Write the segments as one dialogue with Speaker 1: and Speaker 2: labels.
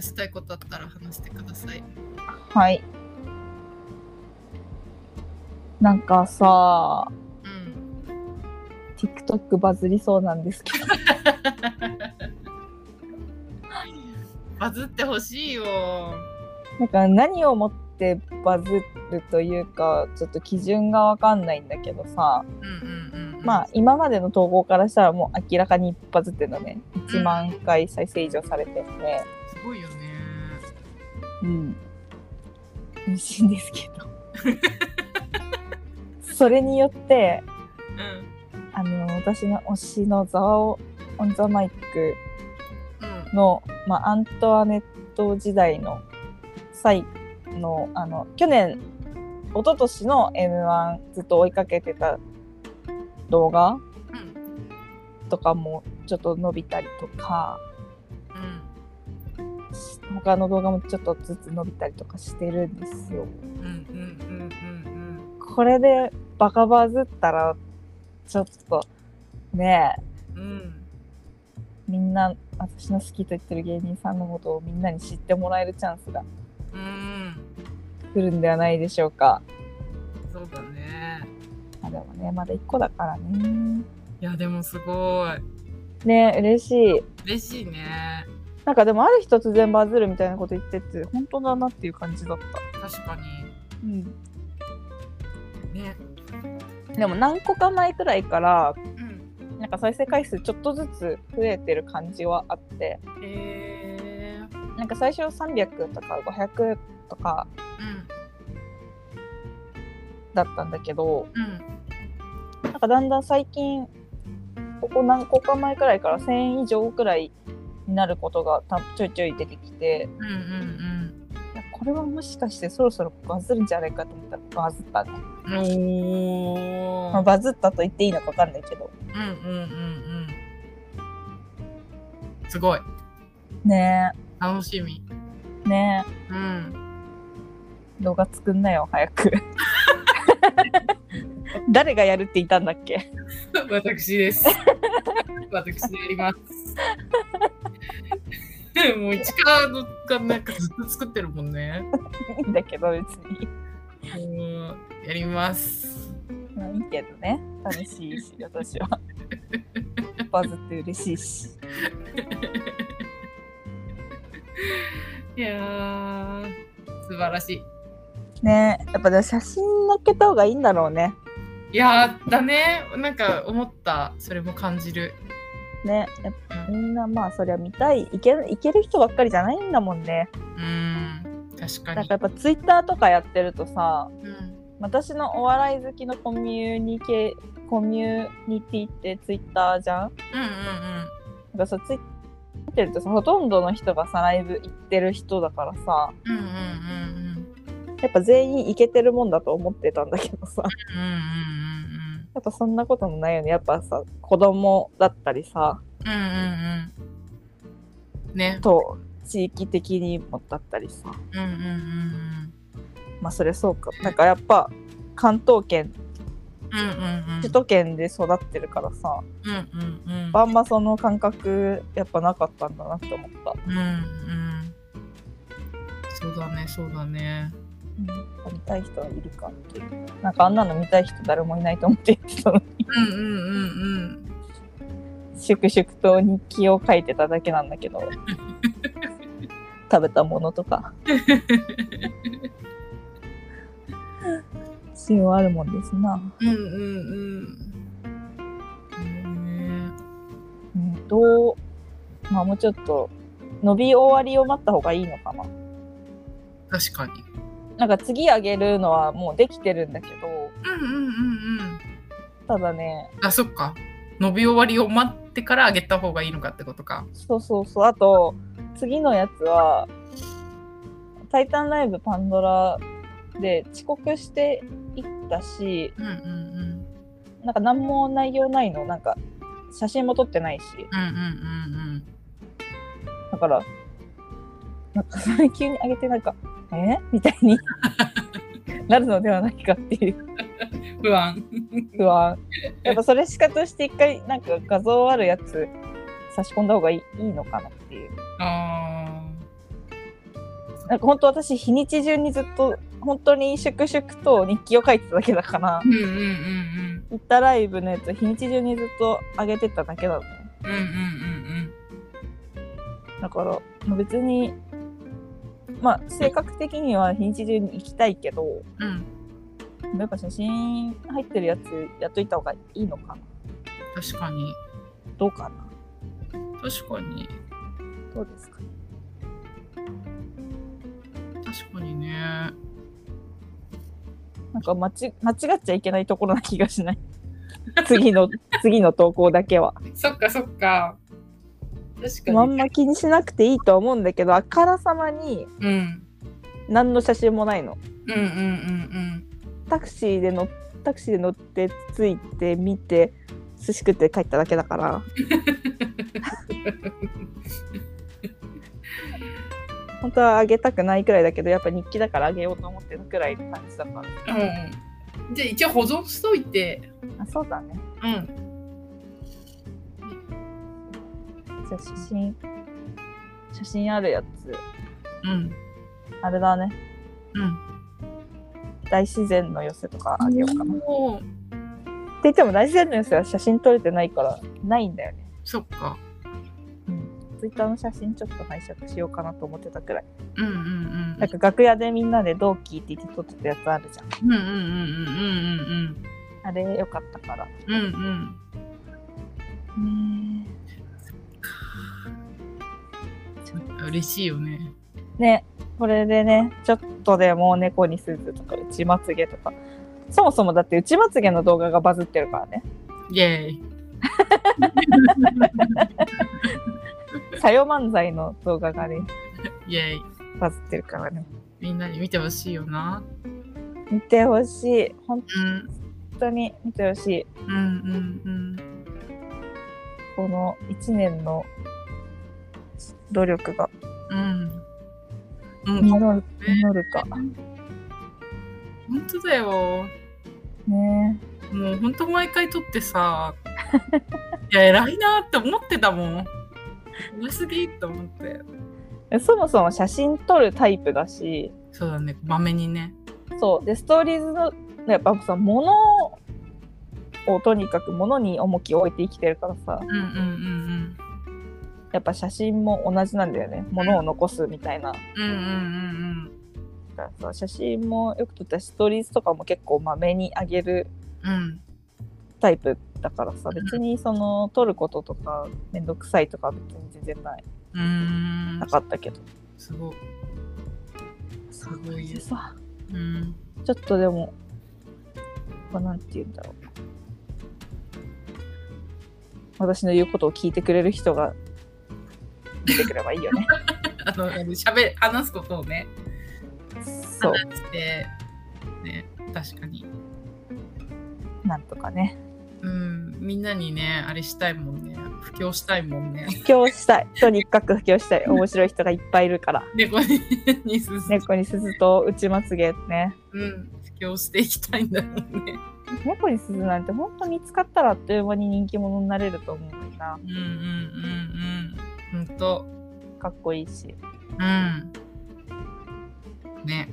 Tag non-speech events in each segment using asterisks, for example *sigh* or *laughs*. Speaker 1: したいことあったら話してください。
Speaker 2: はい。なんかさ、
Speaker 1: うん。
Speaker 2: TikTok バズりそうなんですけど。
Speaker 1: バズってほしいよ。
Speaker 2: なんか何をもってバズるというか、ちょっと基準がわかんないんだけどさ、
Speaker 1: うんうんうん。
Speaker 2: まあ、今までの投稿からしたらもう明らかにバズってるのね。1万回再生以上されてて、
Speaker 1: すごいよね。
Speaker 2: うん。嬉しいんですけど。それによって、
Speaker 1: うん。
Speaker 2: あの、私の推しのザワオ・オン・ザ・マイク
Speaker 1: うん。
Speaker 2: の、まあ、アントワネット時代の際のあの去年一昨年の m 1ずっと追いかけてた動画
Speaker 1: うん。
Speaker 2: とかもちょっと伸びたりとか
Speaker 1: うん。
Speaker 2: し他の動画もちょっとずつ伸びたりとかしてるんですよ。
Speaker 1: うんうんうんうん
Speaker 2: これでバカバズったらちょっとねえ
Speaker 1: うんうん
Speaker 2: みんな私の好きと言ってる芸人さんのことをみんなに知ってもらえるチャンスが
Speaker 1: うん
Speaker 2: 来るんではないでしょうか。
Speaker 1: そうだね
Speaker 2: まあ、でもねまだ1個だからね。
Speaker 1: いやでもすご
Speaker 2: ね嬉しい
Speaker 1: い嬉しいね
Speaker 2: なんかでもある日突然バズるみたいなこと言ってて本当だなっていう感じだった、
Speaker 1: 確かに
Speaker 2: うん、
Speaker 1: ね
Speaker 2: でも何個か前くらいから
Speaker 1: うん
Speaker 2: なんか再生回数ちょっとずつ増えてる感じはあって
Speaker 1: えー、
Speaker 2: なんか最初300とか500とかだったんだけど
Speaker 1: うんうん
Speaker 2: なんかだんだん最近ここ何個か前くらいから1000以上くらいになることがたちょいちょい出てきて
Speaker 1: うんうん
Speaker 2: いやこれはもしかしてそろそろバズるんじゃないかと思ったらバズったね、
Speaker 1: うんお
Speaker 2: まあ、
Speaker 1: ー
Speaker 2: バズったと言っていいのか分かんないけど
Speaker 1: うんうんうんうんすごい
Speaker 2: ね
Speaker 1: 楽しみ
Speaker 2: えね
Speaker 1: うん
Speaker 2: え動画作んなよ早く誰がやるって言ったんだっけ
Speaker 1: 私です *laughs* 私でやりますもう市川のがなんかずっと作ってるもんね
Speaker 2: いいんだけど別に
Speaker 1: もうやります。
Speaker 2: まあいいけどね楽しいし私はバズって嬉しいし
Speaker 1: いやー、素晴らしい。
Speaker 2: ねえやっぱでも写真載っけた方がいいんだろうね
Speaker 1: いやー、だね。なんか思った、それも感じる。
Speaker 2: ねやっぱみんなまあそりゃ見たいいけるいける人ばっかりじゃないんだもんね
Speaker 1: うーん、確か
Speaker 2: なん
Speaker 1: に
Speaker 2: か。やっぱツイッターとかやってるとさ
Speaker 1: うん、
Speaker 2: 私のお笑い好きのコミュニケコミュニティってツイッターじゃん
Speaker 1: うん、
Speaker 2: なんかさツイッター見てるとさほとんどの人がさライブ行ってる人だからさ
Speaker 1: うん、うん、うん、うん、うん、
Speaker 2: やっぱ全員行けてるもんだと思ってたんだけどさ *laughs*
Speaker 1: うん、うん、
Speaker 2: やっぱそんなこともないよねやっぱさ子供だったりさ
Speaker 1: うん、うん、うん、うん。ね。
Speaker 2: と地域的にもだったりさ
Speaker 1: うん、うん、うん、
Speaker 2: まあそれそうかなんかやっぱ関東圏
Speaker 1: うん、うん、うん、
Speaker 2: 首都圏で育ってるからさ
Speaker 1: うん、うん、うん、
Speaker 2: あんまその感覚やっぱなかったんだなって思った、
Speaker 1: うん、うん。そうだね、そうだね。
Speaker 2: やっぱ見たい人はいるかっていうなんかあんなの見たい人誰もいないと思って言ってたのに
Speaker 1: うん、うん、うん、うん。
Speaker 2: 粛々と日記を書いてただけなんだけど食べたものとか必要あるもんですな、
Speaker 1: うんうん
Speaker 2: うん、どうまあもうちょっと伸び終わりを待った方がいいのかな
Speaker 1: うん。確かに。
Speaker 2: なんか次あげるのはもうできてるんだけど
Speaker 1: うんうんうんうん。
Speaker 2: ただね
Speaker 1: あ、そっか。伸び終わりを待ってからあげた方がいいのかってことか。
Speaker 2: そうそうそうあと次のやつは「タイタンライブパンドラ」で遅刻していったし
Speaker 1: うんうんうん。
Speaker 2: なんか何も内容ないのなんか写真も撮ってないし
Speaker 1: うんうん
Speaker 2: だからなんかそれ急に上げてなんか「えみたいに *laughs* なるのではないかっていう
Speaker 1: うんうん。不安。
Speaker 2: 不安やっぱそれしかとして一回なんか画像あるやつ差し込んだ方がいいいいのかなっていう
Speaker 1: あ
Speaker 2: なんか本当私日にち中にずっと本当に粛々と日記を書いてただけだから
Speaker 1: うんうんうん
Speaker 2: 行ったライブのやつ日にち中にずっと上げてただけだった
Speaker 1: うんうんうん
Speaker 2: だからまあ別にまあ性格的には日にち中に行きたいけど
Speaker 1: うんうん
Speaker 2: やっぱ写真入ってるやつやっといた方がいいのかな
Speaker 1: 確かに
Speaker 2: どうかな
Speaker 1: 確かに
Speaker 2: どうですか
Speaker 1: 確かにね
Speaker 2: なんか間ち間違っちゃいけないところな気がしない *laughs* 次の次の投稿だけは
Speaker 1: そっかそっか確かに
Speaker 2: まんま気にしなくていいとは思うんだけどあからさまに
Speaker 1: うん
Speaker 2: 何の写真もないの
Speaker 1: うんうんうん
Speaker 2: タクシーで乗タクシーで乗って着いて見て寿司食って帰っただけだから本当はあげたくないくらいだけどやっぱ日記だからあげようと思ってるくらいの感じだから
Speaker 1: うんじゃあ一応保存しといて
Speaker 2: あそうだね
Speaker 1: うん
Speaker 2: じゃあ写真写真あるやつ
Speaker 1: うん
Speaker 2: あれだね
Speaker 1: うん
Speaker 2: 大自然の寄せとかあげようかなって
Speaker 1: おー
Speaker 2: 言っても大自然の寄せは写真撮れてないからないんだよね
Speaker 1: そっか
Speaker 2: ツイッターの写真ちょっと拝借しようかなと思ってたくらい
Speaker 1: うんうんうん
Speaker 2: なんか楽屋でみんなで同期って言って撮ってたやつあるじゃん
Speaker 1: うんうんうん
Speaker 2: あれ良かったから。ね
Speaker 1: うんうんうんうんうんちょっと嬉しいよね
Speaker 2: ね、これでね、ちょっとでも猫にすずとか、内まつげとか。そもそもだって内まつげの動画がバズってるからね。
Speaker 1: イェーイ
Speaker 2: さよ漫才の動画がね、
Speaker 1: イェーイ
Speaker 2: バズってるからね。
Speaker 1: みんなに見てほしいよな
Speaker 2: 見てほしい。本
Speaker 1: うん
Speaker 2: 当に見てほしい。
Speaker 1: うんうんうん
Speaker 2: この1年の努力が
Speaker 1: うんうん
Speaker 2: 実る実るか。
Speaker 1: 本当だよ
Speaker 2: ね
Speaker 1: もうほんと毎回撮ってさ *laughs* いや偉いなって思ってたもん偉すぎって思って
Speaker 2: そもそも写真撮るタイプだし、
Speaker 1: そうだねまめにね
Speaker 2: そう。で、ストーリーズの、やっぱさ、物をとにかく物に重きを置いて生きてるからさ、
Speaker 1: うんうんうん
Speaker 2: やっぱ写真も同じなんだよね。物を残すみたいな。だ
Speaker 1: うんうんうん
Speaker 2: からさ、写真もよく撮ったし、ストーリーズとかも結構まめに上げる
Speaker 1: うんうん
Speaker 2: タイプだからさ、別にその撮ることとかめんどくさいとか別に全然ない。
Speaker 1: うー
Speaker 2: なんかったけど。
Speaker 1: すごいすごい
Speaker 2: で
Speaker 1: です
Speaker 2: さ、
Speaker 1: うん
Speaker 2: ちょっとでも、まあなんて言うんだろう。私の言うことを聞いてくれる人が出てくればいいよね。
Speaker 1: あの喋話すことをね
Speaker 2: そう
Speaker 1: 話、してね確かに
Speaker 2: なんとかね。
Speaker 1: うんみんなにねあれしたいもんね布教したいもんね *laughs*
Speaker 2: 布教したい。とにかく布教したい。面白い人がいっぱいいるから。
Speaker 1: 猫にに進む、
Speaker 2: 猫に鈴と内まつげね
Speaker 1: うん布教していきたいんだもんね
Speaker 2: 猫に鈴なんて本当見つかったらあっという間に人気者になれると思うのにな
Speaker 1: うんうんうんうん。ほんと。
Speaker 2: かっこいいし
Speaker 1: うん。ね。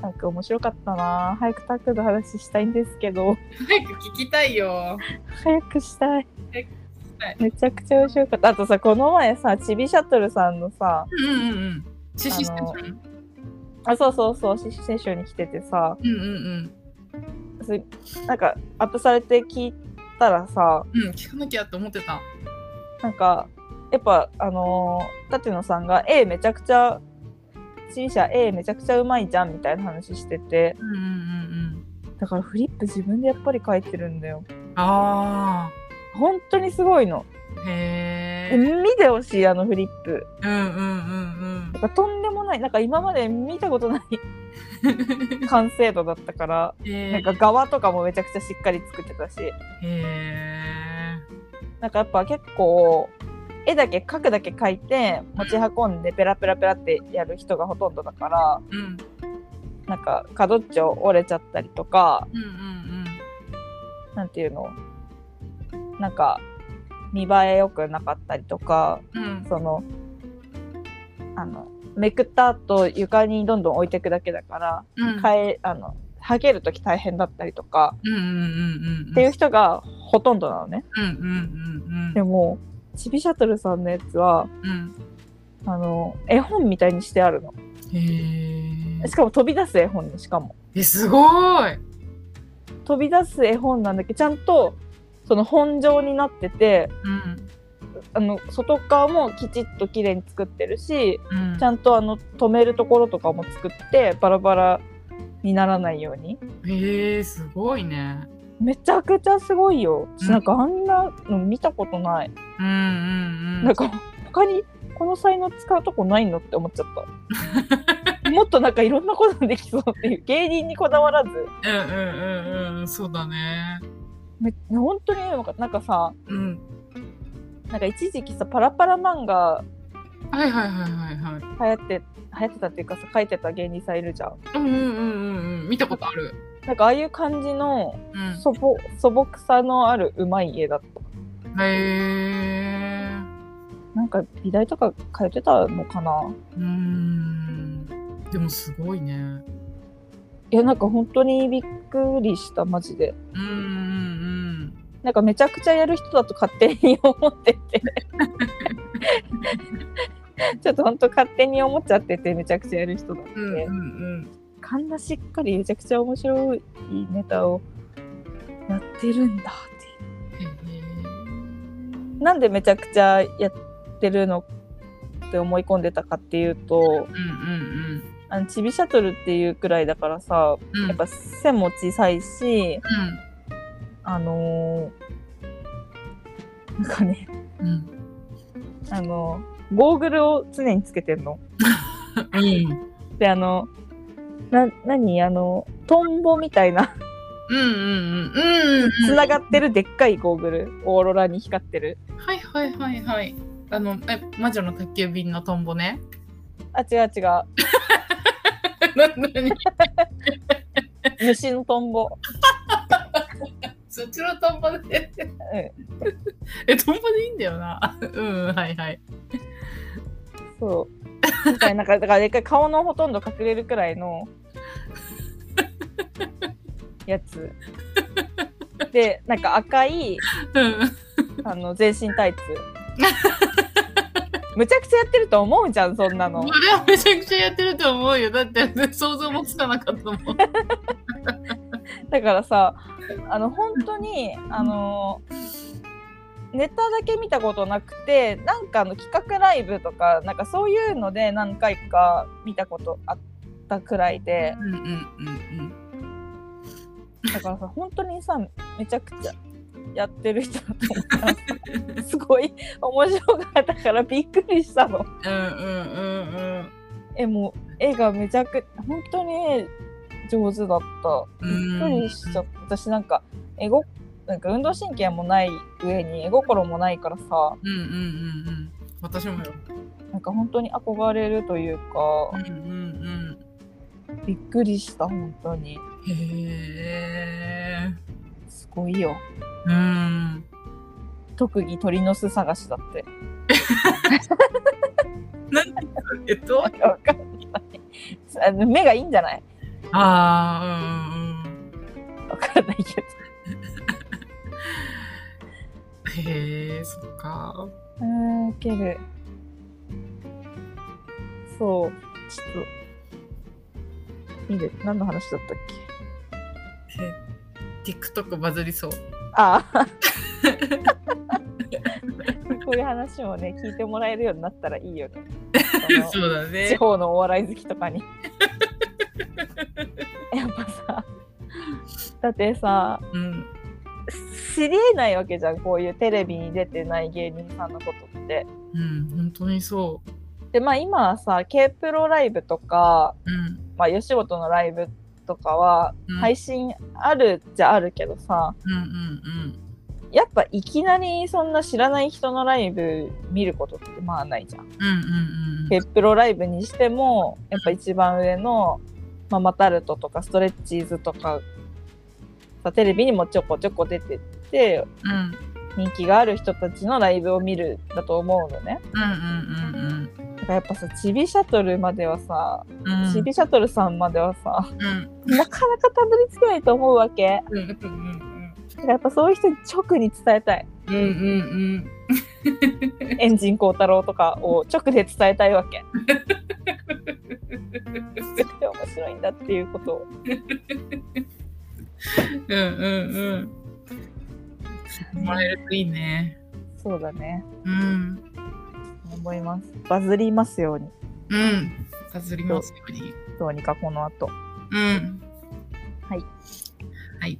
Speaker 2: タック面白かったな早くタックの話したいんですけど
Speaker 1: 早く聞きたいよ。
Speaker 2: 早くしたい
Speaker 1: 早くたい
Speaker 2: めちゃくちゃ面白かったあとさこの前さちびシャトルさんのさ
Speaker 1: うんうんうん。出資してんじゃん。
Speaker 2: あそうそうそうシセッションに来ててさ
Speaker 1: うんうん
Speaker 2: すなんかアップされて聞いたらさ
Speaker 1: うん。うん、聞かなきゃって思ってた。
Speaker 2: なんかやっぱあのー舘野さんが A めちゃくちゃ C 社 A めちゃくちゃうまいじゃんみたいな話してて
Speaker 1: うんうんうん
Speaker 2: だからフリップ自分でやっぱり書いてるんだよ
Speaker 1: うん。あ
Speaker 2: 本当にすごいの
Speaker 1: あ。へ
Speaker 2: え
Speaker 1: え。
Speaker 2: 見てほしいあのフリップ
Speaker 1: うんうんうん
Speaker 2: なんかとんでもないなんか今まで見たことない
Speaker 1: うん。
Speaker 2: 完成度だったから
Speaker 1: へ
Speaker 2: な
Speaker 1: え
Speaker 2: ん。か側とかもめちゃくちゃしっかり作ってたし
Speaker 1: へえ。
Speaker 2: なんかやっぱ結構絵だけ描くだけ描いて持ち運んでペラペラペラってやる人がほとんどだから
Speaker 1: うん
Speaker 2: なんか角っちょ折れちゃったりとか
Speaker 1: うんうん
Speaker 2: なんていうのなんか見栄え良くなかったりとか
Speaker 1: うん。うん。
Speaker 2: そのあのめくった後床にどんどん置いていくだけだから、
Speaker 1: うん
Speaker 2: かえあの剥げる時大変だったりとか
Speaker 1: うんうんうんうん
Speaker 2: っていう人がほとんどなのね。
Speaker 1: うんうん
Speaker 2: でもチビシャトルさんのやつは
Speaker 1: うんうん
Speaker 2: あの絵本みたいにしてあるの。
Speaker 1: うんへ
Speaker 2: しかも飛び出す絵本にしかも。
Speaker 1: えすごい
Speaker 2: 飛び出す絵本なんだけどちゃんとその本状になってて
Speaker 1: うん
Speaker 2: あの外側もきちっと綺麗に作ってるし
Speaker 1: うん
Speaker 2: ちゃんとあの止めるところとかも作ってバラバラにならないように
Speaker 1: へえすごいね
Speaker 2: めちゃくちゃすごいよ
Speaker 1: うん
Speaker 2: 私なんかあんなの見たことない、
Speaker 1: うんうんうん
Speaker 2: なんか他にこの才能使うとこないのって思っちゃった *laughs* もっとなんかいろんなことできそうっていう芸人にこだわらず
Speaker 1: うんうんうんうんそうだね
Speaker 2: め本当にうまかったなんかさ
Speaker 1: うん
Speaker 2: なんか一時期さパラパラ漫画
Speaker 1: はいはいはいはいはい
Speaker 2: 流行って流行ってたっていうかさ書いてた芸人さんいるじゃん
Speaker 1: うんうんうんうんうん見たことある
Speaker 2: なんかああいう感じの
Speaker 1: うん
Speaker 2: 素朴素朴さのあるうまい絵だった
Speaker 1: へえ
Speaker 2: なんか美大とか通ってたのかな
Speaker 1: うーんでもすごいね
Speaker 2: いやなんか本当にびっくりしたマジで
Speaker 1: うんうん
Speaker 2: なんかめちゃくちゃやる人だと勝手に思って
Speaker 1: *laughs*
Speaker 2: てちょっと本当勝手に思っちゃっててめちゃくちゃやる人だって、
Speaker 1: うんうんうん
Speaker 2: こんなしっかりめちゃくちゃ面白いネタをやってるんだっていう
Speaker 1: へえ
Speaker 2: なんでめちゃくちゃやってるのって思い込んでたかっていうと
Speaker 1: うんうん
Speaker 2: あのチビシャトルっていうくらいだからさ
Speaker 1: うんうん
Speaker 2: やっぱ線も小さいしあのーなんかね
Speaker 1: うんうん
Speaker 2: あのゴーグルを常につけてんの。
Speaker 1: うん
Speaker 2: であのな何あのトンボみたいな
Speaker 1: うんうんうんうん
Speaker 2: つながってるでっかいゴーグルオーロラに光ってる
Speaker 1: はいはいはいはいあのえ魔女の宅急便のトンボね *laughs*
Speaker 2: あ違う違う
Speaker 1: な何
Speaker 2: 虫のトンボ
Speaker 1: そっちのトンボで。 *laughs* え、トンボでいいんだよな。うん、はいはい。
Speaker 2: そうみたいななんかだからでっかい顔のほとんど隠れるくらいのやつでなんか赤い
Speaker 1: うん。
Speaker 2: あの全身 *laughs* タイツむちゃくちゃやってると思うじゃんそんなの
Speaker 1: それはめちゃくちゃやってると思うよ。だって、想像もつかなかったもん。
Speaker 2: だからさあの本当にあのネタだけ見たことなくてなんかあの企画ライブとかなんかそういうので何回か見たことあったくらいで
Speaker 1: うんうんうん
Speaker 2: だからさ本当にさめちゃくちゃやってる人だと思ったすごい面白かったからびっくりしたの。
Speaker 1: うん。うんうんうんうん。
Speaker 2: えもう絵がめちゃく本当に絵上手だった
Speaker 1: うん
Speaker 2: びっくりしちゃった私なんか絵ごなんか運動神経もない上に絵心もないからさ
Speaker 1: うんうんうんうん。私もよ。
Speaker 2: なんか本当に憧れるという
Speaker 1: う
Speaker 2: か
Speaker 1: んうん
Speaker 2: びっくりした本当に
Speaker 1: うん。へえ。
Speaker 2: すごいよ
Speaker 1: うん。
Speaker 2: 特技鳥の巣探しだって
Speaker 1: えっと、
Speaker 2: わかんないあの目がいいんじゃない
Speaker 1: ああ、うんうん
Speaker 2: わかんないけど
Speaker 1: うん。へえ、そっか。
Speaker 2: うーんウケるそうちょっと見る何の話だったっけ
Speaker 1: へ TikTok バズりそう。
Speaker 2: ああ。こういう話もね、聞いてもらえるようになったらいいよね。そ
Speaker 1: そうだ
Speaker 2: の地
Speaker 1: ね。
Speaker 2: 方のお笑い好きとかに。やっぱさ、だってさ、
Speaker 1: うん。
Speaker 2: 知りえないわけじゃん、こういうテレビに出てない芸人さんのことって。
Speaker 1: うん、本当にそ
Speaker 2: で、まあ今はさ、K プロライブとか、
Speaker 1: う。うん。
Speaker 2: まあ吉本のライブとかは、
Speaker 1: うん
Speaker 2: 配信あるじゃあるけどさ、
Speaker 1: うんうん
Speaker 2: やっぱいきなりそんな知らない人のライブ見ることってまあないじゃ
Speaker 1: う
Speaker 2: ん。
Speaker 1: ん。うんうんうん
Speaker 2: ペップロライブにしてもやっぱ一番上のママタルトとかストレッチーズとかさテレビにもちょこちょこ出てって
Speaker 1: うん。うん
Speaker 2: 人気がある人たちのライブを見るだと思うのね。
Speaker 1: うんうんうんうん。
Speaker 2: だからやっぱさちびシャトルまではさ
Speaker 1: うん
Speaker 2: ちびシャトルさんまではさ *laughs*
Speaker 1: うん
Speaker 2: なかなかたどり着けないと思うわけ
Speaker 1: うんうん
Speaker 2: だからやっぱそういう人に直に伝えたい
Speaker 1: うんうんうん
Speaker 2: エンジン光太郎とかを直で伝えたいわけ絶対面白いんだっていうことを
Speaker 1: うんうんうんもらえるといいね
Speaker 2: そうだね
Speaker 1: うん
Speaker 2: 思いますバズりますように
Speaker 1: うんバズりますように
Speaker 2: どうにかこの後
Speaker 1: うん
Speaker 2: はい
Speaker 1: はい